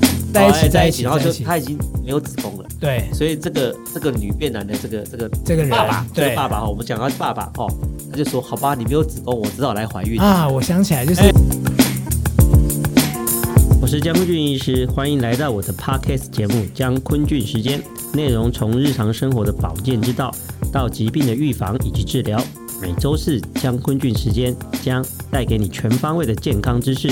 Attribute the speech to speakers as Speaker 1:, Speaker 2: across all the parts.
Speaker 1: 起
Speaker 2: 在
Speaker 1: 在
Speaker 2: 一
Speaker 1: 一
Speaker 2: 起，
Speaker 1: 起
Speaker 2: 然后
Speaker 1: 在
Speaker 2: 就
Speaker 1: 一起
Speaker 2: 他已经没有子宫了，
Speaker 1: 对
Speaker 2: 所以这个这个女变男的这个这个
Speaker 1: 这个人
Speaker 2: 爸爸，这
Speaker 1: 对
Speaker 2: 个爸爸哈，我们讲到爸爸哦，他就说好吧，你没有子宫，我只好来怀孕。
Speaker 1: 啊，我想起来就是
Speaker 2: 哎我是江坤俊医师，欢迎来到我的 podcast 节目《江坤俊时间》，内容从日常生活的保健之道到疾病的预防以及治疗。每周四江坤俊时间将带给你全方位的健康知识。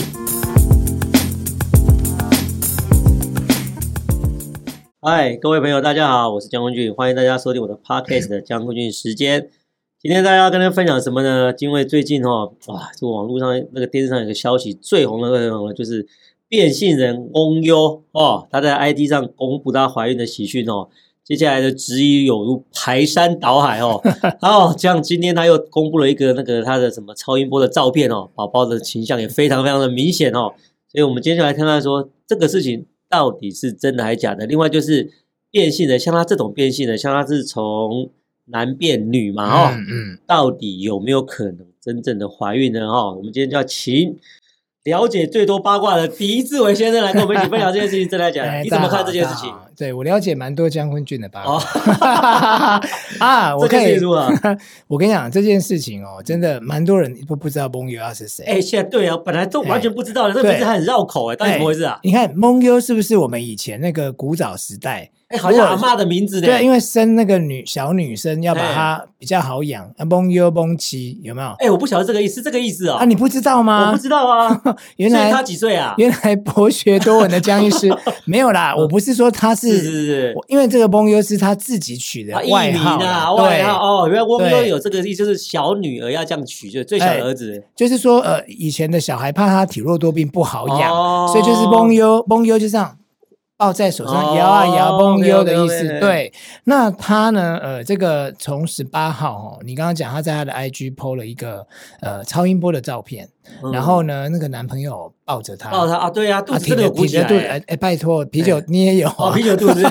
Speaker 2: 嗨，各位朋友，大家好，我是江坤俊，欢迎大家收听我的 podcast 的江坤俊时间。今天大家要跟大家分享什么呢？因为最近哈、哦，哇，这个网络上那个电视上有个消息最红的最红的就是变性人翁优哦，她在 ID 上公布她怀孕的喜讯哦，接下来的质疑有如排山倒海哦。然后像今天她又公布了一个那个她的什么超音波的照片哦，宝宝的形象也非常非常的明显哦。所以我们接下来看看说这个事情到底是真的还是假的。另外就是变性人，像她这种变性人，像她是从男变女嘛哦。
Speaker 1: 嗯嗯，
Speaker 2: 到底有没有可能真正的怀孕呢？哦哈，我们今天就要请了解最多八卦的狄志伟先生来跟我们一起分享这件事情。真的假的？
Speaker 1: 哎
Speaker 2: 你怎么
Speaker 1: 大家
Speaker 2: 看
Speaker 1: 好
Speaker 2: 这件事情
Speaker 1: 大？家好对我了解蛮多江坤俊的八
Speaker 2: 哦
Speaker 1: 卦， 啊，我
Speaker 2: 这
Speaker 1: 可
Speaker 2: 件事
Speaker 1: 以
Speaker 2: 情如，何？
Speaker 1: 我跟你讲这件事情哦，真的蛮多人都不知道蒙优他是谁。
Speaker 2: 哎，现在对啊，本来都完全不知道的，这名字
Speaker 1: 对
Speaker 2: 还很绕口哎，到底怎么回事啊？
Speaker 1: 你看蒙优是不是我们以前那个古早时代？
Speaker 2: 哎，好像阿
Speaker 1: 如果
Speaker 2: 嬷的名字呢？
Speaker 1: 对，因
Speaker 2: 为
Speaker 1: 为生那个女小女生要
Speaker 2: 哎
Speaker 1: 把她比较好养，啊蒙优蒙七有没有？
Speaker 2: 哎，我不晓得这个意思，这个意思哦
Speaker 1: 啊，，你不知道
Speaker 2: 我
Speaker 1: 吗
Speaker 2: 不？知道 啊。
Speaker 1: 原
Speaker 2: 所以他
Speaker 1: 来
Speaker 2: 几岁啊？
Speaker 1: 原来博学多闻的江医 师没有啦，我不是说他
Speaker 2: 是
Speaker 1: 是
Speaker 2: 是是。
Speaker 1: 我因为这个崩优是他自己取的
Speaker 2: 啊，艺
Speaker 1: 外
Speaker 2: 名
Speaker 1: 号
Speaker 2: 啊，
Speaker 1: 啦，
Speaker 2: 外
Speaker 1: 对，
Speaker 2: 号哦，原来翁
Speaker 1: 对
Speaker 2: 都有这个意思，就是小女儿要这样取，就最小
Speaker 1: 哎
Speaker 2: 的儿子
Speaker 1: 就是说呃，以前的小孩怕他体弱多病不好养，
Speaker 2: 哦
Speaker 1: 所以就是崩优，崩优就这样抱在手上
Speaker 2: 哦
Speaker 1: 摇啊摇，崩优的意
Speaker 2: OK，OK，OK
Speaker 1: 思。对，那他呢，呃，这个从十八号哦，你刚刚讲他在他的 IG PO 了一个呃超音波的照片，
Speaker 2: 嗯
Speaker 1: 然后呢，那个男朋友抱着她，
Speaker 2: 抱他啊，对啊，肚
Speaker 1: 啊，
Speaker 2: 子
Speaker 1: 挺
Speaker 2: 真的
Speaker 1: 着
Speaker 2: 有鼓
Speaker 1: 挺
Speaker 2: 起
Speaker 1: 着
Speaker 2: 来
Speaker 1: 肚子，
Speaker 2: 欸。
Speaker 1: 哎哎，拜托，啤酒
Speaker 2: 哎
Speaker 1: 你也有啊
Speaker 2: 哦，啤酒肚子，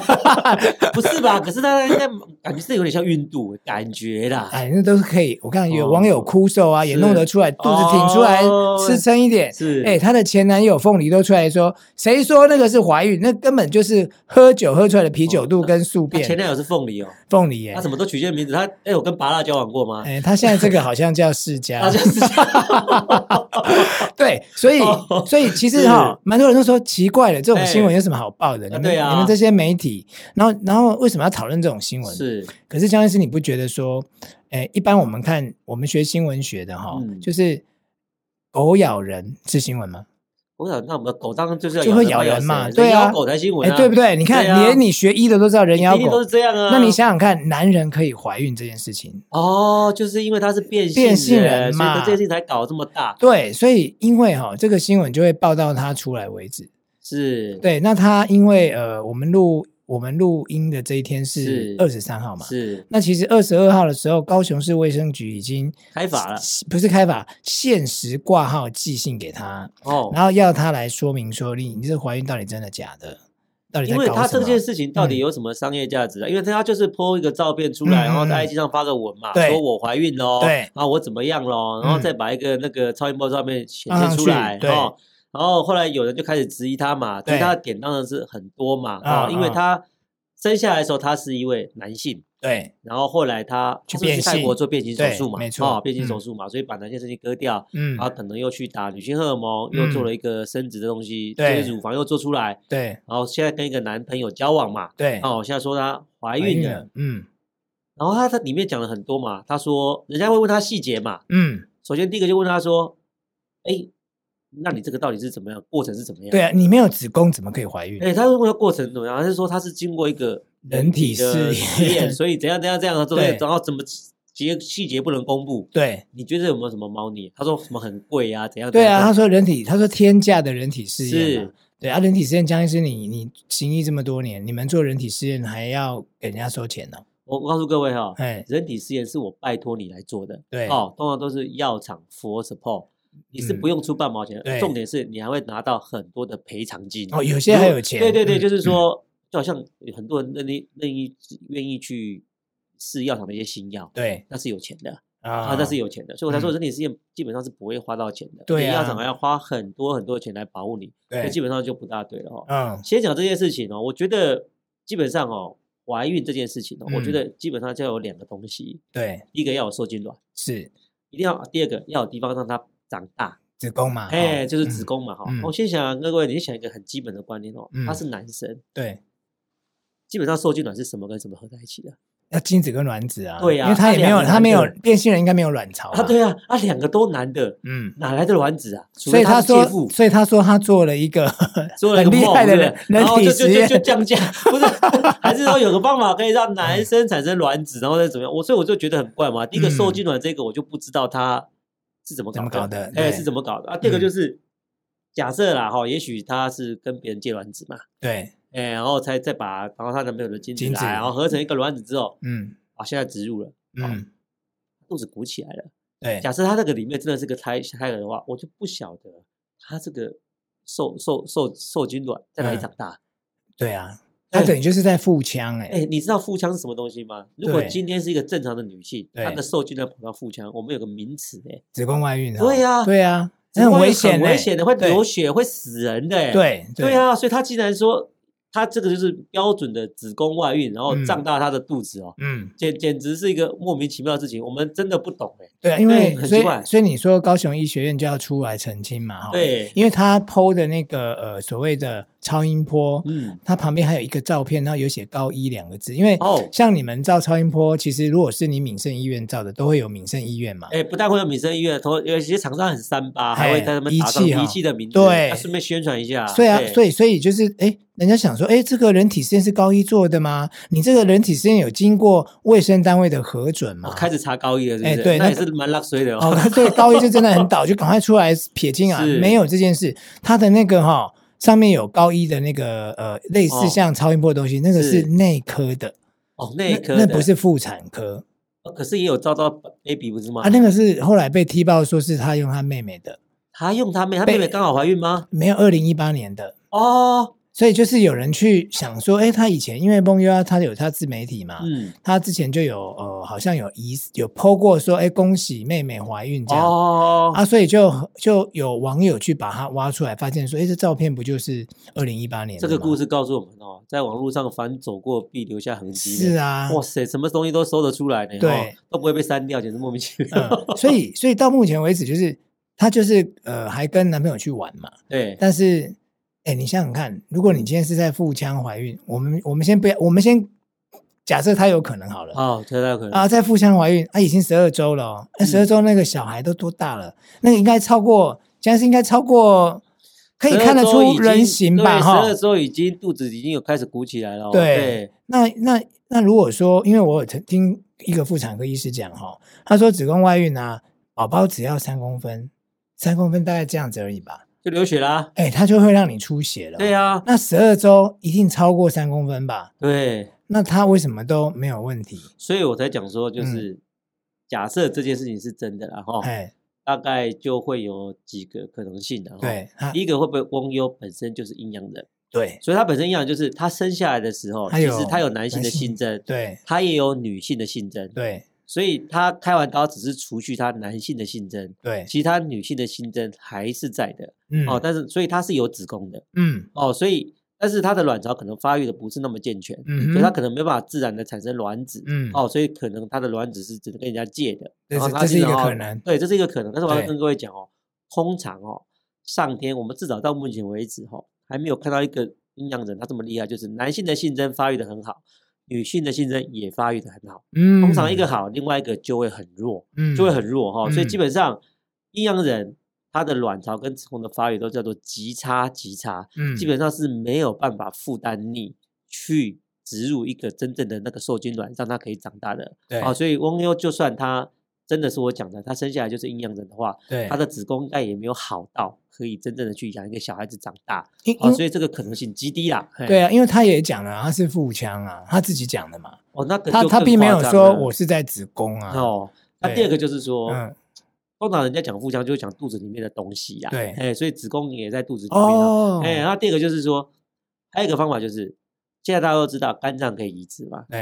Speaker 2: 不是吧？可是他应该感觉是有点像孕肚感觉啦。
Speaker 1: 哎，那都是可以。我看有
Speaker 2: 哦
Speaker 1: 网友哭瘦啊，也
Speaker 2: 是
Speaker 1: 弄得出来，肚子挺出来
Speaker 2: 哦，
Speaker 1: 吃撑一点。
Speaker 2: 是，
Speaker 1: 哎，她的前男友凤梨都出来说，谁说那个是怀孕？那根本就是喝酒喝出来的啤酒肚跟宿
Speaker 2: 他哦前
Speaker 1: 便。
Speaker 2: 男友是凤梨哦，
Speaker 1: 凤梨耶
Speaker 2: 他，怎么都取这个名字？他哎，有跟拔蜡交往过吗？
Speaker 1: 哎，她现在这个好像叫世家
Speaker 2: 他就，是这样
Speaker 1: 对，所以
Speaker 2: 哦
Speaker 1: 所以其实哈，蛮多人都说奇怪了，这种
Speaker 2: 哎
Speaker 1: 新闻有什么好报的？你们
Speaker 2: 对啊
Speaker 1: 你们这些媒体，然后然后为什么要讨论这种新闻？
Speaker 2: 是
Speaker 1: 可是江医师，你不觉得说，诶，一般我们看我们学新闻学的哈，
Speaker 2: 嗯
Speaker 1: 就是狗咬人是新闻吗？
Speaker 2: 我想，那我们的狗当然就是要
Speaker 1: 就会
Speaker 2: 咬
Speaker 1: 咬
Speaker 2: 人
Speaker 1: 人嘛
Speaker 2: 谁
Speaker 1: 对啊
Speaker 2: 咬狗才新
Speaker 1: 诶，
Speaker 2: 闻啊，
Speaker 1: 对不对？你看，
Speaker 2: 对啊
Speaker 1: 连你学医的都知道人
Speaker 2: 一
Speaker 1: 咬
Speaker 2: 定都
Speaker 1: 狗
Speaker 2: 是，这样啊。
Speaker 1: 那你想想看，男人可以怀孕这件事情，
Speaker 2: 哦，就是因为他是变性
Speaker 1: 变性人
Speaker 2: 所以
Speaker 1: 嘛
Speaker 2: 他这件事情才搞这么大。
Speaker 1: 对，所以因为哈、这个新闻就会报道他出来为止。
Speaker 2: 是，
Speaker 1: 对，那他因为呃，我们录我们录音的这一天
Speaker 2: 是
Speaker 1: 是二十三号嘛。
Speaker 2: 是
Speaker 1: 那其实二十二号的时候，高雄市卫生局已经
Speaker 2: 开法了
Speaker 1: 不是开法，限时挂号寄信给他，
Speaker 2: 哦，
Speaker 1: 然后要他来说明说你你这怀孕到底真的假的，到底在
Speaker 2: 因
Speaker 1: 搞
Speaker 2: 为
Speaker 1: 什么？
Speaker 2: 他这件事情到底
Speaker 1: 嗯
Speaker 2: 有什么商业价值啊？因为他就是抛一个照片出
Speaker 1: 嗯
Speaker 2: 来，然后在
Speaker 1: 嗯
Speaker 2: IG 上发个文嘛，
Speaker 1: 对
Speaker 2: 说我怀孕喽，
Speaker 1: 对
Speaker 2: 啊我怎么样喽，然后
Speaker 1: 嗯
Speaker 2: 再把一个那个超音波照片显
Speaker 1: 放
Speaker 2: 现
Speaker 1: 上
Speaker 2: 出
Speaker 1: 去
Speaker 2: 来，
Speaker 1: 对
Speaker 2: 哦，然后后来有人就开始质疑他嘛，质疑
Speaker 1: 对
Speaker 2: 他的点当然是很多嘛，
Speaker 1: 啊
Speaker 2: 哦，因为
Speaker 1: 啊
Speaker 2: 他生下来的时候他是一位男性，
Speaker 1: 对，
Speaker 2: 然后后来他
Speaker 1: 去
Speaker 2: 他是不是
Speaker 1: 变
Speaker 2: 去泰国
Speaker 1: 性
Speaker 2: 做变形手
Speaker 1: 对
Speaker 2: 术嘛，
Speaker 1: 没错
Speaker 2: 哦变形手
Speaker 1: 嗯
Speaker 2: 术嘛，所以把男性身体割掉，
Speaker 1: 嗯
Speaker 2: 然，后可能又去打女性荷尔蒙，又做
Speaker 1: 嗯
Speaker 2: 了一个生殖的东西，就
Speaker 1: 对
Speaker 2: 是乳房又做出来，
Speaker 1: 对
Speaker 2: 然后现在跟一个男朋友交往嘛。
Speaker 1: 对，
Speaker 2: 哦，我现在说她怀孕了，，
Speaker 1: 嗯
Speaker 2: 然后她她里面讲了很多嘛，她说人家会问她细节嘛，
Speaker 1: 嗯，
Speaker 2: 首先第一个就问她说，哎，那你这个到底是怎么样，过程是怎么样？
Speaker 1: 对，啊，你没有子宫怎么可以怀孕？
Speaker 2: 哎，她会问她过程怎么样，她是说她是经过一个
Speaker 1: 人体
Speaker 2: 的
Speaker 1: 试
Speaker 2: 试验，
Speaker 1: 验，
Speaker 2: 所以怎样怎样怎样，对 不
Speaker 1: 对
Speaker 2: 对然后怎么节细节不能公布，
Speaker 1: 对
Speaker 2: 你觉得有没有什么猫腻？她说什么很贵啊，怎样？
Speaker 1: 对啊，
Speaker 2: 怎
Speaker 1: 他
Speaker 2: 样，
Speaker 1: 说人体，他说天价的人体试验
Speaker 2: 是
Speaker 1: 嘛。对啊，人体试验，江医师，你你行医这么多年，你们做人体试验还要给人家收钱呢、
Speaker 2: 我我告诉各位哈、
Speaker 1: 哎，
Speaker 2: 人体试验是我拜托你来做的，
Speaker 1: 对
Speaker 2: 哦，通常都是药厂 for support，你是不用出半毛钱，
Speaker 1: 嗯对
Speaker 2: 重点是你还会拿到很多的赔偿金。
Speaker 1: 哦，有些还有钱，
Speaker 2: 对对对，
Speaker 1: 嗯
Speaker 2: 就是，
Speaker 1: 嗯
Speaker 2: 说，就好像很多人愿意愿意愿意去试药厂的一些新药，
Speaker 1: 对，
Speaker 2: 那是有钱的
Speaker 1: 啊嗯
Speaker 2: 啊，但是有钱的，所以我才说人体实验基本上是不会花到钱的，
Speaker 1: 对啊
Speaker 2: 你药厂还要花很多很多钱来保护你，
Speaker 1: 对
Speaker 2: 那基本上就不大对了哈、哦。
Speaker 1: 嗯
Speaker 2: 先讲这件事情哦，我觉得基本上哦，怀孕这件事情哦，
Speaker 1: 嗯
Speaker 2: 我觉得基本上就要有两个东西，
Speaker 1: 对
Speaker 2: 第一个要有受精卵，
Speaker 1: 是
Speaker 2: 一定要；第二个要有地方让它长大，
Speaker 1: 子宫嘛，
Speaker 2: 哎、
Speaker 1: 哦
Speaker 2: 就是子
Speaker 1: 嗯
Speaker 2: 宫嘛哈、
Speaker 1: 嗯
Speaker 2: 我先想各位，你想一个很基本的观念哦，
Speaker 1: 嗯
Speaker 2: 他是男生，
Speaker 1: 对。
Speaker 2: 基本上受精卵是什么跟什么合在一起的？
Speaker 1: 要精子跟卵子啊，
Speaker 2: 对啊
Speaker 1: 因为他也没有，
Speaker 2: 他两个
Speaker 1: 他没有
Speaker 2: 男
Speaker 1: 变性人，应该没有卵巢吧
Speaker 2: 啊，对啊，啊，两个都男的，
Speaker 1: 嗯，
Speaker 2: 哪来的卵子啊？除
Speaker 1: 所以
Speaker 2: 非他是
Speaker 1: 说
Speaker 2: 借腹，
Speaker 1: 所以他说他做了一个
Speaker 2: 做了一
Speaker 1: 很
Speaker 2: 个
Speaker 1: 厉
Speaker 2: 梦，
Speaker 1: 害的
Speaker 2: 对
Speaker 1: 人
Speaker 2: 不对
Speaker 1: 人
Speaker 2: 然后
Speaker 1: 体
Speaker 2: 就就
Speaker 1: 实
Speaker 2: 就
Speaker 1: 验
Speaker 2: 就，降价，不是？ 还是说有个方法可以让男生产生卵子，然后再怎么样？我所以我就觉得很怪嘛。第一个
Speaker 1: 嗯
Speaker 2: 受精卵这个，我就不知道它是怎么
Speaker 1: 怎么
Speaker 2: 搞
Speaker 1: 搞的对嗯
Speaker 2: 哎，是怎么搞的啊？第二个就是假设啦，哈，也许他是跟别人借卵子嘛，
Speaker 1: 对，
Speaker 2: 哎，然后才再把然后她男朋友的精子
Speaker 1: 精子
Speaker 2: 来，然后合成一个卵子之后，
Speaker 1: 嗯
Speaker 2: 啊，现在植入了，
Speaker 1: 嗯，
Speaker 2: 肚子鼓起来了。
Speaker 1: 对，
Speaker 2: 假设他那个里面真的是个胎胎儿的话，我就不晓得他这个受受受受精卵在哪里
Speaker 1: 嗯
Speaker 2: 长大。
Speaker 1: 对啊，
Speaker 2: 哎
Speaker 1: 他等于就是在腹腔哎、
Speaker 2: 哎、你知道腹腔是什么东西吗？如果
Speaker 1: 对
Speaker 2: 今天是一个正常的女性，
Speaker 1: 对
Speaker 2: 她的受精卵跑到腹腔，我们有个名词哎、
Speaker 1: 子宫外孕、哦，
Speaker 2: 对啊
Speaker 1: 对啊，那很危险、欸，
Speaker 2: 很危险的，会
Speaker 1: 对
Speaker 2: 流血，会死人的、哎，
Speaker 1: 对
Speaker 2: 对，啊，所以她既然说她这个就是标准的子宫外孕，然后
Speaker 1: 嗯
Speaker 2: 胀大她的肚子哦，
Speaker 1: 嗯，
Speaker 2: 简简直是一个莫名其妙的事情，我们真的不懂哎、
Speaker 1: 对啊，因为
Speaker 2: 对很
Speaker 1: 所
Speaker 2: 奇怪
Speaker 1: 以所以你说高雄医学院就要出来澄清嘛，哈，，
Speaker 2: 对，
Speaker 1: 哦因为他剖的那个呃所谓的超音波。
Speaker 2: 嗯，
Speaker 1: 它旁边还有一个照片，然后有写“高一”两个字，因为
Speaker 2: 哦
Speaker 1: 像你们照超音波，其实如果是你敏盛医院照的，都会有敏盛医院嘛。
Speaker 2: 哎、不但会有民生医院，同有些厂商很三八，还
Speaker 1: 哎
Speaker 2: 会在他们打上
Speaker 1: 仪器哦
Speaker 2: 仪器的名字，
Speaker 1: 对
Speaker 2: 啊顺便宣传一下。
Speaker 1: 所以啊，所
Speaker 2: 以
Speaker 1: 以所以就是，哎，人家想说，哎，这个人体实验是高一做的吗？你这个人体实验有经过卫生单位的核准吗？
Speaker 2: 我哦开始查高一了，是不是？
Speaker 1: 哎对
Speaker 2: 那
Speaker 1: 那
Speaker 2: 也是蛮拉水的
Speaker 1: 哦
Speaker 2: 哦。，
Speaker 1: 对，高一就真的很倒，就赶快出来撇清啊
Speaker 2: 是，
Speaker 1: 没有这件事。他的那个哈、上面有高一的那个呃，类似
Speaker 2: 哦
Speaker 1: 像超音波的东西，那个
Speaker 2: 是
Speaker 1: 是内科的，
Speaker 2: 哦，内科
Speaker 1: 那
Speaker 2: 的
Speaker 1: 那不，是妇产科
Speaker 2: 哦可是也有招到 baby 不是吗
Speaker 1: 啊，？那个是后来被踢爆说是他用他妹妹的，
Speaker 2: 他用他妹，他
Speaker 1: 被
Speaker 2: 妹妹刚好怀孕吗？
Speaker 1: 没有二零一八年的。
Speaker 2: 哦，
Speaker 1: 所以就是有人去想说，哎，他以前因为崩约啊，他有他自媒体嘛，
Speaker 2: 嗯，
Speaker 1: 他之前就有呃，好像有疑有 PO 过说，哎，恭喜妹妹怀孕这样。
Speaker 2: 哦，
Speaker 1: 啊，所以就就有网友去把它挖出来，发现说，哎，这照片不就是二零一八年
Speaker 2: 这个故
Speaker 1: 事？
Speaker 2: 事告诉我们哦，在网络上凡走过必留下痕迹。
Speaker 1: 是。啊，
Speaker 2: 哇塞，什么东西都搜得出来呢？
Speaker 1: 对
Speaker 2: 哦，都不会被删掉，简直莫名其妙。
Speaker 1: 嗯，所以所以到目前为止，就是她就是呃，还跟男朋友去玩嘛，
Speaker 2: 对，
Speaker 1: 但是，哎，你想想看，如果你今天是在腹腔怀孕，我们我们先不要，我们先假设她有可能好了。
Speaker 2: 哦，这有可能
Speaker 1: 啊，在腹腔怀孕，啊，已经十二周了、哦，那十
Speaker 2: 嗯
Speaker 1: 二周那个小孩都多大了？那个应该超过，现在是应该超过，可以看得出人形吧？哈，
Speaker 2: 十二周已经肚子已经有开始鼓起来了哦。
Speaker 1: 对，那那那如果说，因为我有曾听一个妇产科医师讲哈、他说子宫外孕啊，宝宝只要三公分，三公分大概这样子而已吧，
Speaker 2: 就流血啦。
Speaker 1: 哎，他就会让你出血了。
Speaker 2: 对、啊，
Speaker 1: 那十二周一定超过三公分吧？
Speaker 2: 对，
Speaker 1: 那他为什么都没有问题？
Speaker 2: 所以我才讲说，就是假设这件事情是真的啦，哈，
Speaker 1: 嗯哎，
Speaker 2: 大概就会有几个可能性的。哈，
Speaker 1: 对，他
Speaker 2: 第哦一个会不会翁优本身就是阴阳人，
Speaker 1: 对
Speaker 2: 所以他本身阴阳就是他生下来的时候，
Speaker 1: 他
Speaker 2: 其
Speaker 1: 有
Speaker 2: 实他有男性的
Speaker 1: 男性
Speaker 2: 性征，
Speaker 1: 对
Speaker 2: 他也有女性的性征，
Speaker 1: 对
Speaker 2: 所以他开完刀只是除去他男性的性征，
Speaker 1: 对，
Speaker 2: 其他女性的性征还是在的。
Speaker 1: 嗯
Speaker 2: 哦，但是所以他是有子宫的。
Speaker 1: 嗯
Speaker 2: 哦，所以但是它的卵巢可能发育的不是那么健全，
Speaker 1: 嗯
Speaker 2: 所
Speaker 1: 哼，
Speaker 2: 以它可能没有办法自然的产生卵子。
Speaker 1: 嗯
Speaker 2: 哦，所以可能它的卵子是只能跟人家借的，
Speaker 1: 这
Speaker 2: 然后
Speaker 1: 是
Speaker 2: 它
Speaker 1: 这是
Speaker 2: 基
Speaker 1: 一
Speaker 2: 本
Speaker 1: 个
Speaker 2: 上
Speaker 1: 可能，
Speaker 2: 对，这是一个可能。但是我要
Speaker 1: 对
Speaker 2: 跟各位讲哦，通常哦，上天我们至少到目前为止哈、哦，还没有看到一个阴阳人他这么厉害，就是男性的性征发育的很好，女性的性征也发育的很好。
Speaker 1: 嗯，
Speaker 2: 通常一个好，另外一个就会很弱，
Speaker 1: 嗯
Speaker 2: 就会很弱哈、哦。所以基
Speaker 1: 嗯
Speaker 2: 本上阴阳人他的卵巢跟子宫的发育都叫做极差极差。
Speaker 1: 嗯
Speaker 2: 基本上是没有办法负担你去植入一个真正的那个受精卵，让它可以长大的。
Speaker 1: 对
Speaker 2: 啊，所以翁优就算他真的是我讲的，他生下来就是阴阳人的话，
Speaker 1: 对
Speaker 2: 他的子宫应该也没有好到可以真正的去养一个小孩子长大。
Speaker 1: 因
Speaker 2: 啊，
Speaker 1: 因
Speaker 2: 所以这个可能性极低啦。嘿
Speaker 1: 对，啊，因为他也讲了，他是腹腔啊，他自己讲的嘛，
Speaker 2: 哦，那个
Speaker 1: 他
Speaker 2: 就
Speaker 1: 他
Speaker 2: 更
Speaker 1: 并没
Speaker 2: 夸
Speaker 1: 有
Speaker 2: 张
Speaker 1: 说
Speaker 2: 了
Speaker 1: 我是在子宫啊，
Speaker 2: 哦。那
Speaker 1: 对
Speaker 2: 第二个就是说，
Speaker 1: 嗯，
Speaker 2: 通常人家讲腹腔就会讲肚子里面的东西呀、
Speaker 1: 对
Speaker 2: 哎，所以子宫也在肚子里面啊、
Speaker 1: 哦，
Speaker 2: 哎，然后第二个就是说，还有一个方法就是，现在大家都知道肝脏可以移植嘛，
Speaker 1: 对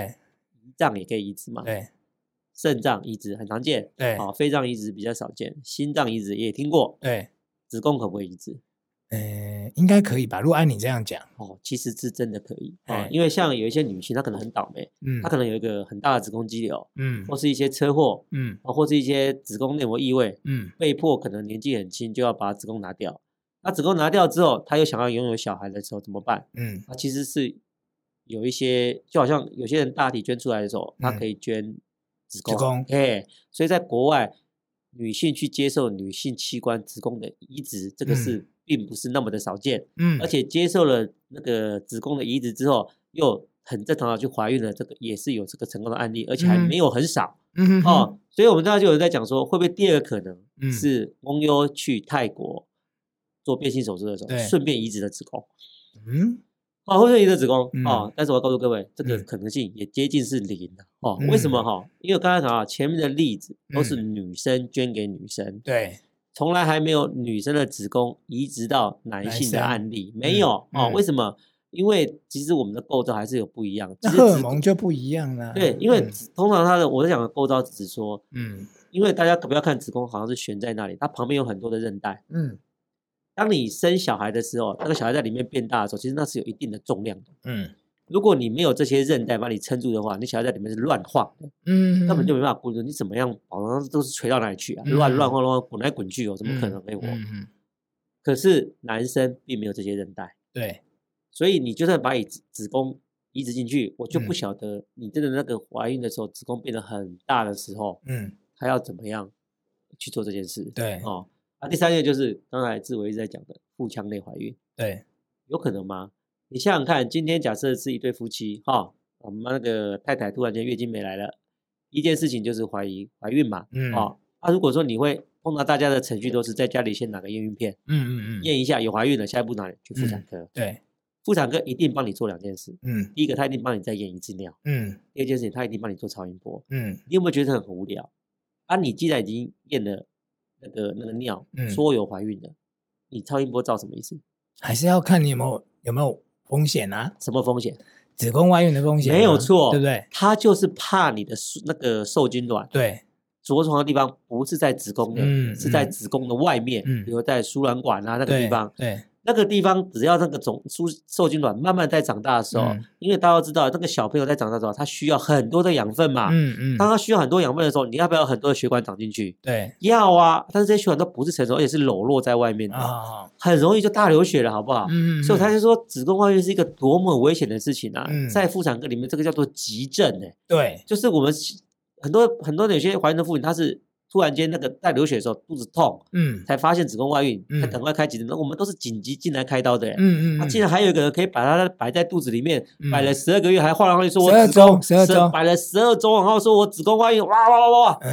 Speaker 2: 胰脏也可以移植嘛，
Speaker 1: 对，
Speaker 2: 肾脏移植很常见，
Speaker 1: 对
Speaker 2: 啊，肺脏移植比较少见，心脏移植也听过，
Speaker 1: 对，
Speaker 2: 子宫可不可以移植？
Speaker 1: 嗯，应该可以吧？如果按你这样讲，
Speaker 2: 哦，其实是真的可以啊
Speaker 1: 哎，
Speaker 2: 因为像有一些女性，她可能很倒霉，
Speaker 1: 嗯
Speaker 2: 她可能有一个很大的子宫肌瘤，
Speaker 1: 嗯
Speaker 2: 或是一些车祸，
Speaker 1: 嗯
Speaker 2: 啊，或是一些子宫内膜异位，
Speaker 1: 嗯
Speaker 2: 被迫可能年纪很轻就要把子宫拿掉。那子宫拿掉之后，她又想要拥有小孩的时候怎么办？
Speaker 1: 嗯
Speaker 2: 啊，其实是有一些，就好像有些人大体捐出来的时候，他
Speaker 1: 嗯
Speaker 2: 可以捐子宫，
Speaker 1: 子宫
Speaker 2: 哎，所以在国外，女性去接受女性器官子宫的移植，这个是并不是那么的少见，
Speaker 1: 嗯，
Speaker 2: 而且接受了那个子宫的移植之后，又很正常的去怀孕了，这个也是有这个成功的案例，而且还
Speaker 1: 嗯
Speaker 2: 没有很少、
Speaker 1: 嗯哼哼
Speaker 2: 哦。所以我们大家就有在讲说，会不会第二个可能
Speaker 1: 嗯
Speaker 2: 是翁优去泰国做变性手术的时候，
Speaker 1: 对
Speaker 2: 顺便移植了子宫。
Speaker 1: 嗯
Speaker 2: 啊，或者你的子宫
Speaker 1: 嗯
Speaker 2: 啊，但是我要告诉各位，这个
Speaker 1: 嗯
Speaker 2: 可能性也接近是零的哦。为什么哈？因为刚才讲啊，前面的例子都是
Speaker 1: 嗯
Speaker 2: 女生捐给女生，
Speaker 1: 对，
Speaker 2: 从来还没有女生的子宫移植到男性的
Speaker 1: 男生
Speaker 2: 案例，没有哦。
Speaker 1: 嗯
Speaker 2: 为什么？因为其实我们的构造还是有不一样。其
Speaker 1: 那
Speaker 2: 实
Speaker 1: 荷尔
Speaker 2: 子
Speaker 1: 蒙就不一样了。
Speaker 2: 对，因为
Speaker 1: 嗯
Speaker 2: 子通常它的我在讲的构造只是说，
Speaker 1: 嗯
Speaker 2: 因为大家不要看子宫好像是悬在那里，它旁边有很多的韧带。
Speaker 1: 嗯
Speaker 2: 当你生小孩的时候，那个小孩在里面变大的时候，其实那是有一定的重量的。
Speaker 1: 嗯
Speaker 2: 如果你没有这些韧带把你撑住的话，你小孩在里面是乱晃的，
Speaker 1: 嗯，
Speaker 2: 根本就没办法固定。你怎么样，好像都是垂到哪里去啊？
Speaker 1: 嗯
Speaker 2: 乱乱晃乱晃滚来滚去哦，怎么可能给
Speaker 1: 嗯
Speaker 2: 我？
Speaker 1: 嗯嗯
Speaker 2: 可是男生并没有这些韧带，
Speaker 1: 对，
Speaker 2: 所以你就算把你子子宫移植进去，我就不
Speaker 1: 嗯
Speaker 2: 晓得你真的那个怀孕的时候，子宫变得很大的时候，
Speaker 1: 嗯
Speaker 2: 还要怎么样去做这件事？
Speaker 1: 对
Speaker 2: 哦，那、第三个就是刚才志伟一直在讲的腹腔内怀孕。
Speaker 1: 对，
Speaker 2: 有可能吗？你想想看，今天假设是一对夫妻，哈、我们那个太太突然间月经没来了，一件事情就是怀疑怀孕嘛，
Speaker 1: 嗯
Speaker 2: 哦，那、如果说你会碰到大家的程序都是在家里先拿个验孕片
Speaker 1: 嗯嗯嗯，
Speaker 2: 验一下有怀孕了，下一步哪里去妇产科？
Speaker 1: 对，
Speaker 2: 妇产科一定帮你做两件事，
Speaker 1: 嗯
Speaker 2: 第一个他一定帮你再验一次尿，
Speaker 1: 嗯
Speaker 2: 第二件事情他一定帮你做超音波。
Speaker 1: 嗯
Speaker 2: 你有没有觉得很无聊？啊，你既然已经验了那个那个尿，
Speaker 1: 嗯
Speaker 2: 说有怀孕了，你超音波照什么意思？
Speaker 1: 还是要看你有没有有没有风险啊，
Speaker 2: 什么风险？
Speaker 1: 子宫外孕的风险啊
Speaker 2: 没有错
Speaker 1: 对不对？
Speaker 2: 他就是怕你的受那个受精卵
Speaker 1: 对，
Speaker 2: 着床的地方不是在子宫内，
Speaker 1: 嗯
Speaker 2: 是在子宫的外面，
Speaker 1: 嗯
Speaker 2: 比如在输卵管啊那个
Speaker 1: 对
Speaker 2: 地方。
Speaker 1: 对，
Speaker 2: 那个地方只要那个种输受精卵慢慢在长大的时候，
Speaker 1: 嗯
Speaker 2: 因为大家都知道那个小朋友在长大的时候，他需要很多的养分嘛。
Speaker 1: 嗯嗯，
Speaker 2: 啊当他需要很多养分的时候，你要不要有很多的血管长进去？
Speaker 1: 对
Speaker 2: 要啊，但是这些血管都不是成熟，而且是裸露在外面的，
Speaker 1: 啊，
Speaker 2: 很容易就大流血了，好不好？
Speaker 1: 嗯，
Speaker 2: 啊所以我才
Speaker 1: 嗯
Speaker 2: 是说，子宫外孕是一个多么危险的事情啊！
Speaker 1: 嗯
Speaker 2: 在妇产科里面，这个叫做急症哎、
Speaker 1: 对，
Speaker 2: 就是我们是很多很多有些怀孕的妇女，她是突然间那个在流血的时候肚子痛，
Speaker 1: 嗯
Speaker 2: 才发现子宫外孕，
Speaker 1: 嗯
Speaker 2: 才赶快开急诊。那我们都是紧急进来开刀的、欸，
Speaker 1: 嗯嗯
Speaker 2: 那、
Speaker 1: 嗯，
Speaker 2: 竟然还有一个人可以把它摆在肚子里面，
Speaker 1: 嗯
Speaker 2: 摆了十二个月，还晃来晃去，说我
Speaker 1: 12
Speaker 2: 子宫
Speaker 1: 周12周
Speaker 2: 摆了十二周，然后说我子宫外孕，哇哇哇哇！
Speaker 1: 嗯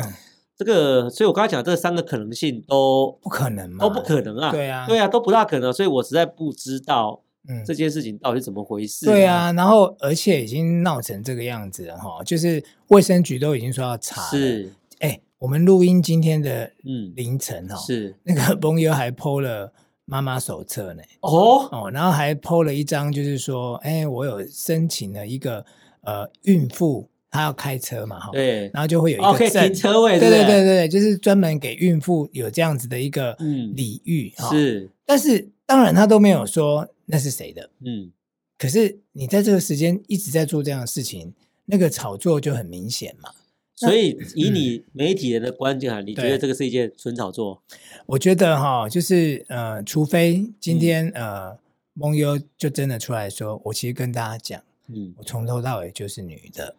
Speaker 2: 这个，所以我刚才讲这三个可能性都
Speaker 1: 不可能嘛，
Speaker 2: 都不可能啊，
Speaker 1: 对啊
Speaker 2: 对啊，都不大可能，所以我实在不知道
Speaker 1: 嗯
Speaker 2: 这件事情到底是怎么回事、
Speaker 1: 对，啊，然后而且已经闹成这个样子了哈，就是卫生局都已经说要查了。，
Speaker 2: 啊是，
Speaker 1: 哎，我们录音今天的
Speaker 2: 嗯，
Speaker 1: 凌晨哦，
Speaker 2: 是
Speaker 1: 那个 朋友还 PO 了妈妈手册呢，
Speaker 2: 哦，
Speaker 1: 哦，然后还 PO 了一张，就是说，哎，我有申请了一个呃孕妇，她要开车嘛哈，
Speaker 2: 对，
Speaker 1: 然后就会有
Speaker 2: 哦，
Speaker 1: 一
Speaker 2: 可以
Speaker 1: 个证，
Speaker 2: 停车位，
Speaker 1: 对对
Speaker 2: 不
Speaker 1: 对对对，就是专门给孕妇有这样子的一个
Speaker 2: 嗯
Speaker 1: 礼遇哈、
Speaker 2: 是，
Speaker 1: 但是当然他都没有说那是谁的。
Speaker 2: 嗯，
Speaker 1: 可是你在这个时间一直在做这样的事情，那个炒作就很明显嘛。
Speaker 2: 所以以你媒体人的观点啊，你觉得
Speaker 1: 对
Speaker 2: 这个是一件纯炒作？
Speaker 1: 我觉得哈，就是呃，除非今天、
Speaker 2: 嗯
Speaker 1: 呃，梦优就真的出来说，我其实跟大家讲，
Speaker 2: 嗯，
Speaker 1: 我从头到尾就是女 的，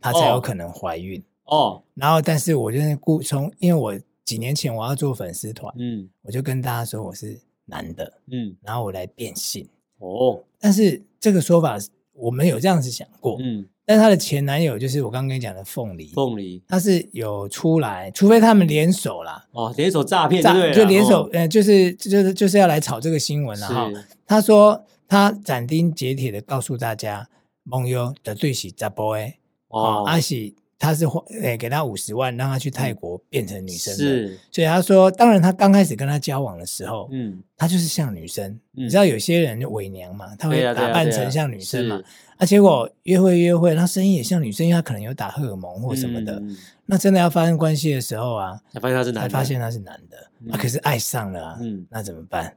Speaker 1: 她才有
Speaker 2: 哦
Speaker 1: 可能怀孕。
Speaker 2: 哦，
Speaker 1: 然后，但是我就是故从，因为我几年前我要做粉丝团，
Speaker 2: 嗯
Speaker 1: 我就跟大家说我是男的，
Speaker 2: 嗯，
Speaker 1: 然后我来变性。
Speaker 2: 哦，
Speaker 1: 但是这个说法我们有这样子想过，
Speaker 2: 嗯，
Speaker 1: 但她的前男友就是我刚刚跟你讲的凤梨，
Speaker 2: 凤梨，
Speaker 1: 他是有出来，除非他们联手啦，
Speaker 2: 哦，联手诈骗，对
Speaker 1: 诈
Speaker 2: 不对了？
Speaker 1: 就嗯联手
Speaker 2: 哦，
Speaker 1: 呃，就是就是就是要来炒这个新闻了哈。
Speaker 2: 是，
Speaker 1: 他说他斩钉截铁的告诉大家，盟友的对是查甫的，
Speaker 2: 哦，
Speaker 1: 阿喜他是花诶、给他五十万，让他去泰国变成女生的。
Speaker 2: 是，
Speaker 1: 所以他说，当然他刚开始跟他交往的时候，
Speaker 2: 嗯，
Speaker 1: 他就是像女生。
Speaker 2: 嗯
Speaker 1: 你知道有些人伪娘嘛，他会
Speaker 2: 对呀，啊对
Speaker 1: 打
Speaker 2: 呀
Speaker 1: 扮
Speaker 2: 对呀
Speaker 1: 成像女生嘛，
Speaker 2: 是
Speaker 1: 啊，结果约会约会，他声音也像女生，因为他可能有打荷尔蒙或什么的。
Speaker 2: 嗯
Speaker 1: 那真的要发生关系的时候啊，
Speaker 2: 才发现他是男
Speaker 1: 才
Speaker 2: 的，
Speaker 1: 发现他是男的，
Speaker 2: 嗯
Speaker 1: 啊，可是爱上了啊，
Speaker 2: 嗯，
Speaker 1: 那怎么办？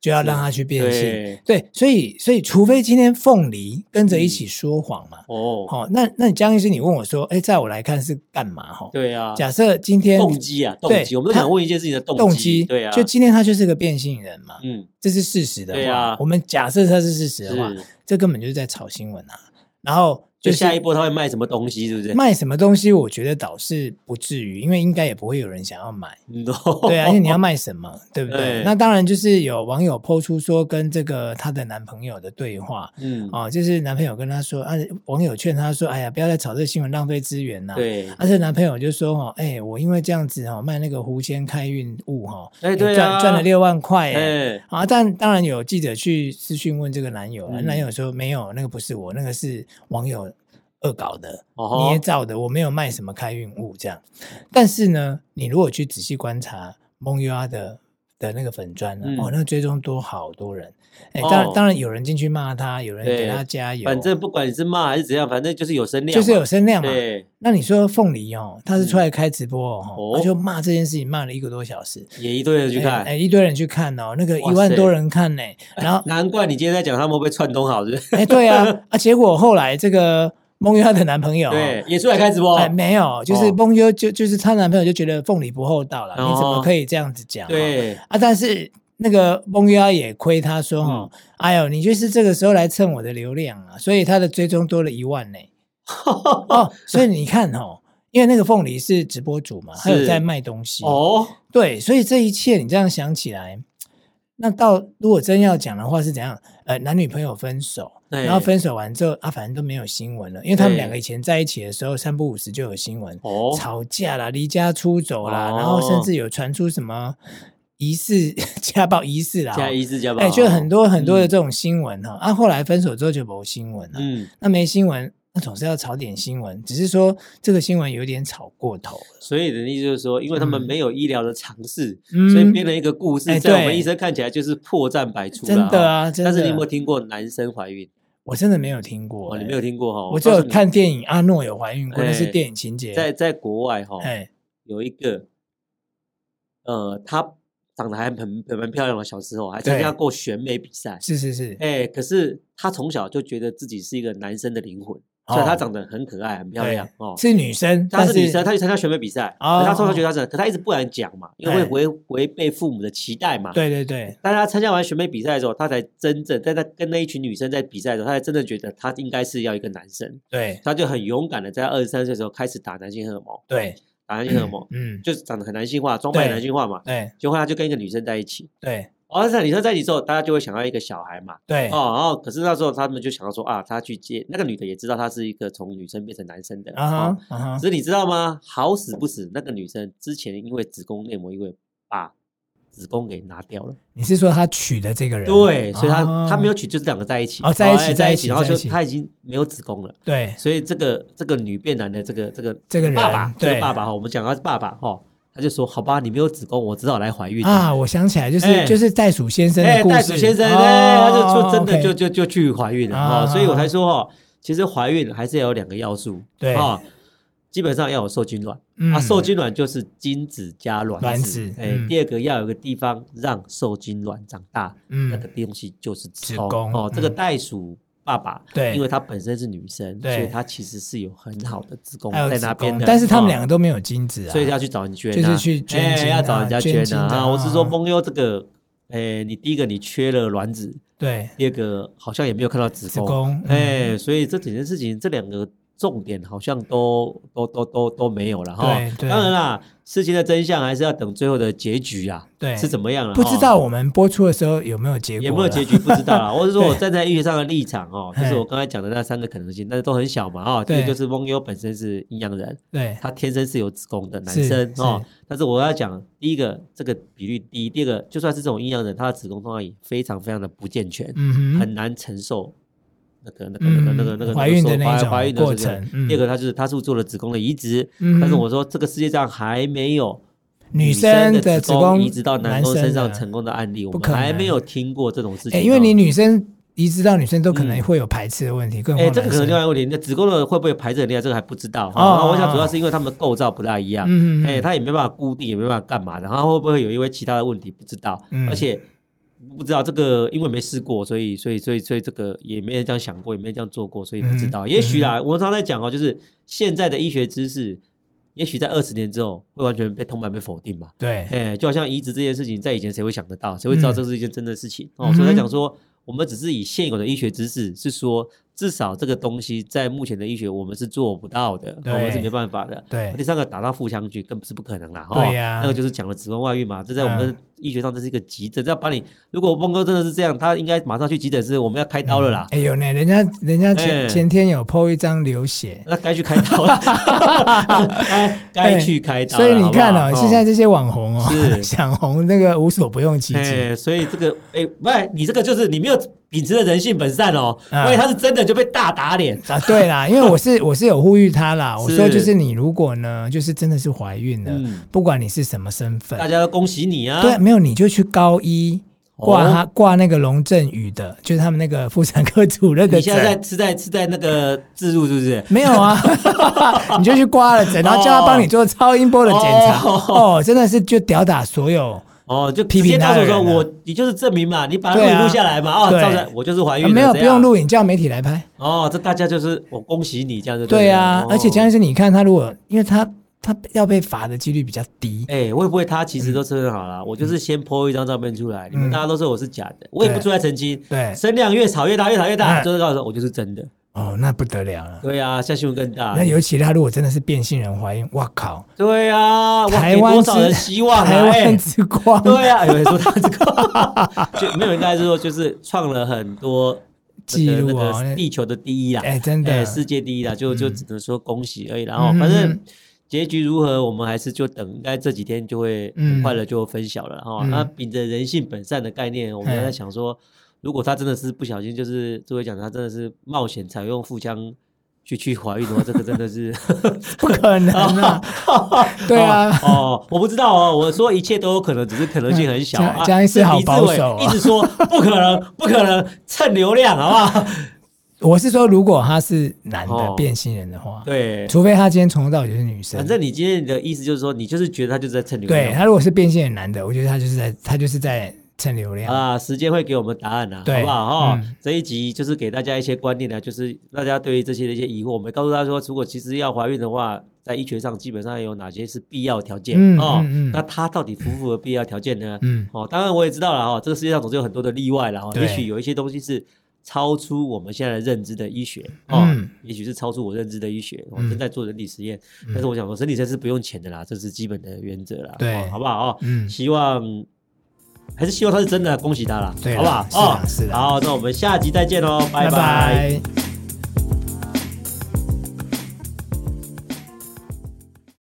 Speaker 1: 就要让他去变性。
Speaker 2: 对，
Speaker 1: 对，所以所以，除非今天凤梨跟
Speaker 2: 嗯
Speaker 1: 着一起说谎嘛。
Speaker 2: 哦，
Speaker 1: 好、那那江医师，你问我说，哎，在我来看是干嘛？哈、
Speaker 2: 对啊，
Speaker 1: 假设今天
Speaker 2: 动机啊，动
Speaker 1: 对
Speaker 2: 机，我们都
Speaker 1: 他
Speaker 2: 想问一件事情的
Speaker 1: 动
Speaker 2: 机，
Speaker 1: 机，
Speaker 2: 对啊，
Speaker 1: 就今天他就是个变性人嘛，
Speaker 2: 嗯，
Speaker 1: 这是事实的话，
Speaker 2: 对啊
Speaker 1: 我们假设他是事实的话，
Speaker 2: 是，
Speaker 1: 这根本就是在炒新闻啊。然后
Speaker 2: 就是下一波他会卖什么东西，是不是？
Speaker 1: 卖什么东西，我觉得倒是不至于，因为应该也不会有人想要买。
Speaker 2: 嗯，
Speaker 1: 对
Speaker 2: 对
Speaker 1: 啊，因为你要卖什么，对不对
Speaker 2: 对？
Speaker 1: 那当然就是有网友抛出说跟这个她的男朋友的对话
Speaker 2: 嗯，
Speaker 1: 哦，就是男朋友跟她说啊，网友劝她说，哎呀，不要再炒这新闻，浪费资源呐、
Speaker 2: 对，
Speaker 1: 而且男朋友就说哦，哎，我因为这样子哦，卖那个狐仙开运物哈、哦，
Speaker 2: 哎对啊
Speaker 1: 赚赚了六万块哎。
Speaker 2: 哎，
Speaker 1: 啊，但当然有记者去私讯问这个男友，啊
Speaker 2: 嗯
Speaker 1: 男友说没有，那个不是我，那个是网友恶搞的。
Speaker 2: 哦
Speaker 1: 捏
Speaker 2: 吼，
Speaker 1: 造的，我没有卖什么开运物这样。但是呢，你如果去仔细观察蒙 U R 的的那个粉砖呢、
Speaker 2: 嗯
Speaker 1: 哦，那追踪多好多人，哎、
Speaker 2: 哦
Speaker 1: 当然、当然有人进去骂他，有人给他加油，
Speaker 2: 反正不管你是骂还是怎样，反正就是有声量嘛，
Speaker 1: 就是有声量嘛。
Speaker 2: 对，嗯
Speaker 1: 那你说凤梨哦，他是出来开直播哦，
Speaker 2: 嗯哦
Speaker 1: 他就骂这件事情骂了一个多小时。
Speaker 2: 也一堆人去
Speaker 1: 哎、哎
Speaker 2: 看，
Speaker 1: 一堆人去看哦，那个
Speaker 2: 哇
Speaker 1: 一
Speaker 2: 塞
Speaker 1: 万多人看呢、然后
Speaker 2: 难怪你今天在讲他们会被串通好，是不是？
Speaker 1: 哎、对啊，啊，结果后来这个蒙 U R 的男朋友、哦，
Speaker 2: 对，也出来开直播，
Speaker 1: 哎，没有，就是崩优就就是她男朋友就觉得凤梨不厚道了，
Speaker 2: 哦
Speaker 1: 你怎么可以这样子讲？
Speaker 2: 对，
Speaker 1: 啊，但是那个崩优也亏她说
Speaker 2: 嗯
Speaker 1: 哦，哎呦，你就是这个时候来蹭我的流量啊，所以她的追踪多了一万 呢。哦，所以你看哦，因为那个凤梨是直播主嘛，她有
Speaker 2: 是
Speaker 1: 在卖东西，
Speaker 2: 哦，
Speaker 1: 对，所以这一切你这样想起来。那到如果真要讲的话是怎样？呃，男女朋友分手，
Speaker 2: 对
Speaker 1: 然后分手完之后啊，反正都没有新闻了，因为他们
Speaker 2: 哎对
Speaker 1: 两个以前在一起的时候，三不五时就有新闻。
Speaker 2: 哦，
Speaker 1: 吵架啦，离家出走啦，
Speaker 2: 哦
Speaker 1: 然后甚至有传出什么疑似 家暴疑似啦，
Speaker 2: 加一字加吧，
Speaker 1: 哎，就很
Speaker 2: 多，
Speaker 1: 多很多的这种新闻哈、啊，后来分手之后就没新闻了，
Speaker 2: 嗯，
Speaker 1: 那没新闻，那总是要炒点新闻，只是说这个新闻有点炒过头了，
Speaker 2: 所以你的意思就是说，因为他们
Speaker 1: 嗯
Speaker 2: 没有医疗的常识，
Speaker 1: 嗯
Speaker 2: 所以编了一个故事，
Speaker 1: 哎
Speaker 2: 在我们
Speaker 1: 对
Speaker 2: 医生看起来就是破绽百出
Speaker 1: 真
Speaker 2: 了
Speaker 1: 的
Speaker 2: 哈。
Speaker 1: 啊，真的。
Speaker 2: 但是你有没有听过男生怀孕？
Speaker 1: 我真的没有听过、
Speaker 2: 哦，你
Speaker 1: 哎
Speaker 2: 没有听过哈？
Speaker 1: 我只有
Speaker 2: 告诉你
Speaker 1: 看电影《阿诺有怀孕过》，
Speaker 2: 哎
Speaker 1: 那是电影情节。
Speaker 2: 在在国外哈，
Speaker 1: 哎，
Speaker 2: 有一个，呃，她长得还很很蛮漂亮的小时候，还参加
Speaker 1: 对
Speaker 2: 过选美比赛。
Speaker 1: 是是是，
Speaker 2: 哎，可是她从小就觉得自己是一个男生的灵魂，所以
Speaker 1: 哦
Speaker 2: 她长得很可爱、很漂亮哦。
Speaker 1: 是女生，
Speaker 2: 她
Speaker 1: 但
Speaker 2: 是女生，她去参加选美比赛，
Speaker 1: 哦
Speaker 2: 可是她从小觉得她是，可她一直不敢讲嘛，因为
Speaker 1: 哎
Speaker 2: 会违违背父母的期待嘛。
Speaker 1: 对对对，
Speaker 2: 但他参加完选美比赛的时候，他才真正在他跟那一群女生在比赛的时候，他才真的觉得他应该是要一个男生，
Speaker 1: 对
Speaker 2: 他就很勇敢的在二十三岁的时候开始打男性荷尔蒙，
Speaker 1: 对，
Speaker 2: 打男性荷尔蒙、
Speaker 1: 嗯，
Speaker 2: 就是长得很男性化，装扮很
Speaker 1: 对
Speaker 2: 男性化嘛，
Speaker 1: 对
Speaker 2: 结果他就跟一个女生在一起，
Speaker 1: 对
Speaker 2: 哦，那女生在一起之后，大家就会想要一个小孩嘛，
Speaker 1: 对，
Speaker 2: 哦，然后可是那时候他们就想要说啊，他去接那个女的也知道他是一个从女生变成男生的，
Speaker 1: 啊
Speaker 2: 哦
Speaker 1: 哈，啊哈
Speaker 2: 只，是你知道吗？好死不死，那个女生之前因为子宫内膜因为把子宫给拿掉了。
Speaker 1: 你是说他娶的这个人？
Speaker 2: 对，所以他、
Speaker 1: 哦
Speaker 2: 他没有娶，就是两个在一起，
Speaker 1: 哦在一起
Speaker 2: 哎
Speaker 1: 在
Speaker 2: 在
Speaker 1: 一
Speaker 2: 起，
Speaker 1: 起
Speaker 2: 然后
Speaker 1: 在
Speaker 2: 就
Speaker 1: 一起
Speaker 2: 他已经没有子宫了，
Speaker 1: 对
Speaker 2: 所以这个这个女变男的这个这个
Speaker 1: 这个人
Speaker 2: 爸爸，这个
Speaker 1: 对
Speaker 2: 爸爸哈，我们讲他是爸爸哈，他就说好吧，你没有子宫，我只好来怀孕
Speaker 1: 啊，。我想起来，就是、
Speaker 2: 哎
Speaker 1: 就是袋鼠先生
Speaker 2: 哎，
Speaker 1: 的故事，
Speaker 2: 袋鼠先生，
Speaker 1: 哦
Speaker 2: 哎，他就说真的
Speaker 1: OK
Speaker 2: 就就就去怀孕了
Speaker 1: 啊
Speaker 2: 哈，所以我才说哈，其实怀孕还是要有两个要素，
Speaker 1: 对
Speaker 2: 啊，基本上要有受精卵
Speaker 1: 嗯
Speaker 2: 啊，受精卵就是精子加卵
Speaker 1: 卵
Speaker 2: 子
Speaker 1: 子，
Speaker 2: 哎，
Speaker 1: 嗯
Speaker 2: 第二个要有个地方让受精卵长大，那个
Speaker 1: 嗯，
Speaker 2: 东西就是子
Speaker 1: 子宫
Speaker 2: 哦。
Speaker 1: 嗯
Speaker 2: 这个袋鼠爸爸，
Speaker 1: 对
Speaker 2: 因为她本身是女生，所
Speaker 1: 对
Speaker 2: 以她其实是有很好的子宫
Speaker 1: 还有
Speaker 2: 在
Speaker 1: 子
Speaker 2: 那边
Speaker 1: 宫
Speaker 2: 的，
Speaker 1: 但是他们
Speaker 2: 哦
Speaker 1: 两个都没有精子啊，
Speaker 2: 所以要去找人捐啊，
Speaker 1: 就是去捐
Speaker 2: 哎
Speaker 1: 精啊
Speaker 2: 要找人家
Speaker 1: 捐
Speaker 2: 捐
Speaker 1: 精
Speaker 2: 啊。
Speaker 1: 的
Speaker 2: 啊我是说，
Speaker 1: 啊
Speaker 2: 蒙优这个，哎，你第一个你缺了卵子，
Speaker 1: 对
Speaker 2: 第二个好像也没有看到子
Speaker 1: 子
Speaker 2: 宫，
Speaker 1: 宫，嗯
Speaker 2: 哎，所以这几件事情，这两个。重点好像都都都都都没有了哈
Speaker 1: 对，对
Speaker 2: 当然啦，事情的真相还是要等最后的结局啊，
Speaker 1: 对
Speaker 2: 是怎么样了？
Speaker 1: 不
Speaker 2: 哈
Speaker 1: 知道我们播出的时候有没有结果，
Speaker 2: 有没有结
Speaker 1: 局？
Speaker 2: 局不知 道啦。我是说我站在医学上的立场哦，就是
Speaker 1: 嘿
Speaker 2: 我刚才讲的那三个可能性，但是都很小嘛啊。第
Speaker 1: 对
Speaker 2: 一个就是翁优本身是阴阳人，
Speaker 1: 对
Speaker 2: 他天生是有子宫的男
Speaker 1: 是
Speaker 2: 生哦
Speaker 1: 是。
Speaker 2: 但是我要讲，第一个这个比率低，第二个就算是这种阴阳人，他的子宫通常也非常非常的不健全，
Speaker 1: 嗯哼，
Speaker 2: 很难承受那个那个那个那个那个
Speaker 1: 嗯怀孕的
Speaker 2: 那
Speaker 1: 那
Speaker 2: 个时
Speaker 1: 种
Speaker 2: 候怀怀孕的
Speaker 1: 过
Speaker 2: 这个
Speaker 1: 程。嗯
Speaker 2: 第二个，他就是他是做了子宫的移植，
Speaker 1: 嗯
Speaker 2: 但是我说这个世界上还没有
Speaker 1: 女
Speaker 2: 生
Speaker 1: 生的
Speaker 2: 的
Speaker 1: 子宫
Speaker 2: 移植到男
Speaker 1: 生
Speaker 2: 生身上
Speaker 1: 的
Speaker 2: 成功的案例，我
Speaker 1: 不
Speaker 2: 们
Speaker 1: 可能
Speaker 2: 还没有听过这种事情
Speaker 1: 哎，
Speaker 2: 哦。
Speaker 1: 因为你女生移植到女生都可能
Speaker 2: 嗯
Speaker 1: 会有排斥的问题，更
Speaker 2: 哎，
Speaker 1: 何况
Speaker 2: 这个可能
Speaker 1: 男
Speaker 2: 另
Speaker 1: 生
Speaker 2: 外一个问题，那子宫的会不会排斥很厉害，这个还不知道。
Speaker 1: 哦
Speaker 2: 啊，我想
Speaker 1: 哦
Speaker 2: 主要是因为他们的构造不大一样，
Speaker 1: 嗯嗯
Speaker 2: 哎，
Speaker 1: 嗯
Speaker 2: 他也没办法固定，也没办法干嘛的，然后会不会有因为其他的问题不知道
Speaker 1: 嗯，
Speaker 2: 而且。不知道这个，因为没试过，所以所以所以所以这个也没人这样想过，也没人这样做过，所以不知道。
Speaker 1: 嗯
Speaker 2: 也许啦，我常常在讲哦，就是现在的医学知识，也许在二十年之后会完全被通盘被否定嘛。
Speaker 1: 对，
Speaker 2: 哎、就好像移植这件事情，在以前谁会想得到？谁会知道
Speaker 1: 嗯
Speaker 2: 这是一件真的事情？
Speaker 1: 嗯
Speaker 2: 哦，
Speaker 1: 哼
Speaker 2: 所以他讲说，我们只是以现有的医学知识，是说至少这个东西在目前的医学我们是做不到的，哦我
Speaker 1: 对
Speaker 2: 们是没办法的。
Speaker 1: 对
Speaker 2: 第三个打到腹腔去更是不可能啦，哦
Speaker 1: 对呀
Speaker 2: 那个就是讲了子宫外孕嘛，这在我们
Speaker 1: 嗯
Speaker 2: 的医学上这是一个急诊，这要把你如果峰哥真的是这样，他应该马上去急诊室，我们要开刀了啦，
Speaker 1: 哎呦呢，人家人家前
Speaker 2: 哎
Speaker 1: 前天有 PO 一张流血，
Speaker 2: 那该去开 刀了， 哎该该去开刀了，
Speaker 1: 哎所以你看
Speaker 2: 好
Speaker 1: 哦，
Speaker 2: 不好
Speaker 1: 现在。这些网红哦，
Speaker 2: 是
Speaker 1: 想红那个无所不用其极，
Speaker 2: 哎，所以这个哎，不、然你这个就是你没有秉持着人性本善哦，
Speaker 1: 啊
Speaker 2: 万一他是真的就被大打脸。
Speaker 1: 啊，对啦，因为我是我是有呼吁他 啦，我
Speaker 2: 是
Speaker 1: 说就是你如果呢，就是真的是怀孕了，
Speaker 2: 嗯
Speaker 1: 不管你是什么身份
Speaker 2: 大，家都恭喜你啊！
Speaker 1: 对，没有你就去高一挂
Speaker 2: 哦
Speaker 1: 他、挂那个龙振宇的，就是他们那个妇产科主任的
Speaker 2: 你现
Speaker 1: 诊，
Speaker 2: 在在是在是在那个自入是不是？
Speaker 1: 没有 啊，你就去挂了诊，然后
Speaker 2: 哦
Speaker 1: 叫他帮你做超音波的检查，哦真的是就吊打所有。
Speaker 2: 哦，就
Speaker 1: 批
Speaker 2: 直
Speaker 1: 评
Speaker 2: 接告诉
Speaker 1: 他
Speaker 2: 我说
Speaker 1: 的人啊
Speaker 2: 我，你就是证明嘛，你把录
Speaker 1: 对啊
Speaker 2: 影录下来嘛，哦，
Speaker 1: 对
Speaker 2: 照着我就是怀孕
Speaker 1: 啊
Speaker 2: 了，
Speaker 1: 没有，
Speaker 2: 这
Speaker 1: 不
Speaker 2: 样
Speaker 1: 用录影，叫媒体来拍。
Speaker 2: 哦，这大家就是我恭喜你这样就
Speaker 1: 对
Speaker 2: 了
Speaker 1: 啊，
Speaker 2: 哦
Speaker 1: 而且江医生，你看他如果，因为他他要被罚的几率比较低，
Speaker 2: 哎、会不会他其实都承认好
Speaker 1: 嗯
Speaker 2: 了？我就是先 po 一张照片出来，你们大家都说我是假的，我也不出来澄清。
Speaker 1: 对
Speaker 2: 声量越吵越大，越吵越大，
Speaker 1: 嗯
Speaker 2: 就是告诉我我就是真的。
Speaker 1: 哦，那不得了了。
Speaker 2: 对啊，像新闻更大。
Speaker 1: 那尤其他如果真的是变性人怀孕，哇靠，
Speaker 2: 对啊，哇
Speaker 1: 台
Speaker 2: 给
Speaker 1: 湾
Speaker 2: 多
Speaker 1: 之
Speaker 2: 少人希望啊？
Speaker 1: 台湾
Speaker 2: 哎
Speaker 1: 之光，
Speaker 2: 对啊，有人说他这个就没有，应该是说就是创了很多那个
Speaker 1: 记录哦
Speaker 2: 那个地球的第一啦，
Speaker 1: 哎，真的
Speaker 2: 哎，世界第一啦，就就只能说恭喜而已啦。然后
Speaker 1: 嗯
Speaker 2: 反
Speaker 1: 嗯
Speaker 2: 正结局如何，我们还是就等，应该这几天就会
Speaker 1: 嗯
Speaker 2: 很快乐就分晓了哈。
Speaker 1: 嗯
Speaker 2: 那秉着人性本善的概念，我们
Speaker 1: 嗯
Speaker 2: 在想说，如果他真的是不小心，就是作为讲他真的是冒险采用腹腔。去去怀孕的话，这个真的是
Speaker 1: 不可能 啊！对啊，
Speaker 2: 哦，哦我不知道哦，我说一切都有可能，只是可能性很
Speaker 1: 嗯
Speaker 2: 小啊。
Speaker 1: 江江医师
Speaker 2: 是
Speaker 1: 好
Speaker 2: 李志
Speaker 1: 保
Speaker 2: 伟
Speaker 1: 守啊
Speaker 2: 一直说不可能，不可能，蹭流量好 不好？
Speaker 1: 我是说，如果他是男的
Speaker 2: 哦
Speaker 1: 变性人的话，
Speaker 2: 对，
Speaker 1: 除非他今天从头到尾就是女生
Speaker 2: 反，正你今天的意思就是说，你就是觉得他就是在蹭流
Speaker 1: 对
Speaker 2: 量。
Speaker 1: 他如果是变性人男的，我觉得他就是在他就是在蹭流量，
Speaker 2: 啊，时间会给我们答案啊，
Speaker 1: 对
Speaker 2: 好不好哈、
Speaker 1: 嗯
Speaker 2: 这一集就是给大家一些观念啊，就是大家对于这些的一些疑惑，我们告诉大家说，如果其实要怀孕的话，在医学上基本上有哪些是必要条件、
Speaker 1: 嗯
Speaker 2: 哦、
Speaker 1: 嗯嗯
Speaker 2: 那它到底符不符合必要条件呢？
Speaker 1: 嗯
Speaker 2: 哦，当然我也知道了哈、这个世界上总是有很多的例外了哈、
Speaker 1: 对
Speaker 2: 也许有一些东西是超出我们现在的认知的医学哦、
Speaker 1: 嗯
Speaker 2: 也许是超出我认知的医学，我、
Speaker 1: 嗯
Speaker 2: 正在做人体实验、但是我想说，身体实验是不用钱的啦，这是基本的原则啦，
Speaker 1: 对
Speaker 2: 哦好不好哦？
Speaker 1: 嗯
Speaker 2: 希望。还是希望他是真的，恭喜他啦，
Speaker 1: 对啦
Speaker 2: 好不好？
Speaker 1: 是啦
Speaker 2: 哦
Speaker 1: 是啦
Speaker 2: 好，那我们下集再见喽，拜
Speaker 1: 拜
Speaker 2: 拜
Speaker 1: 拜。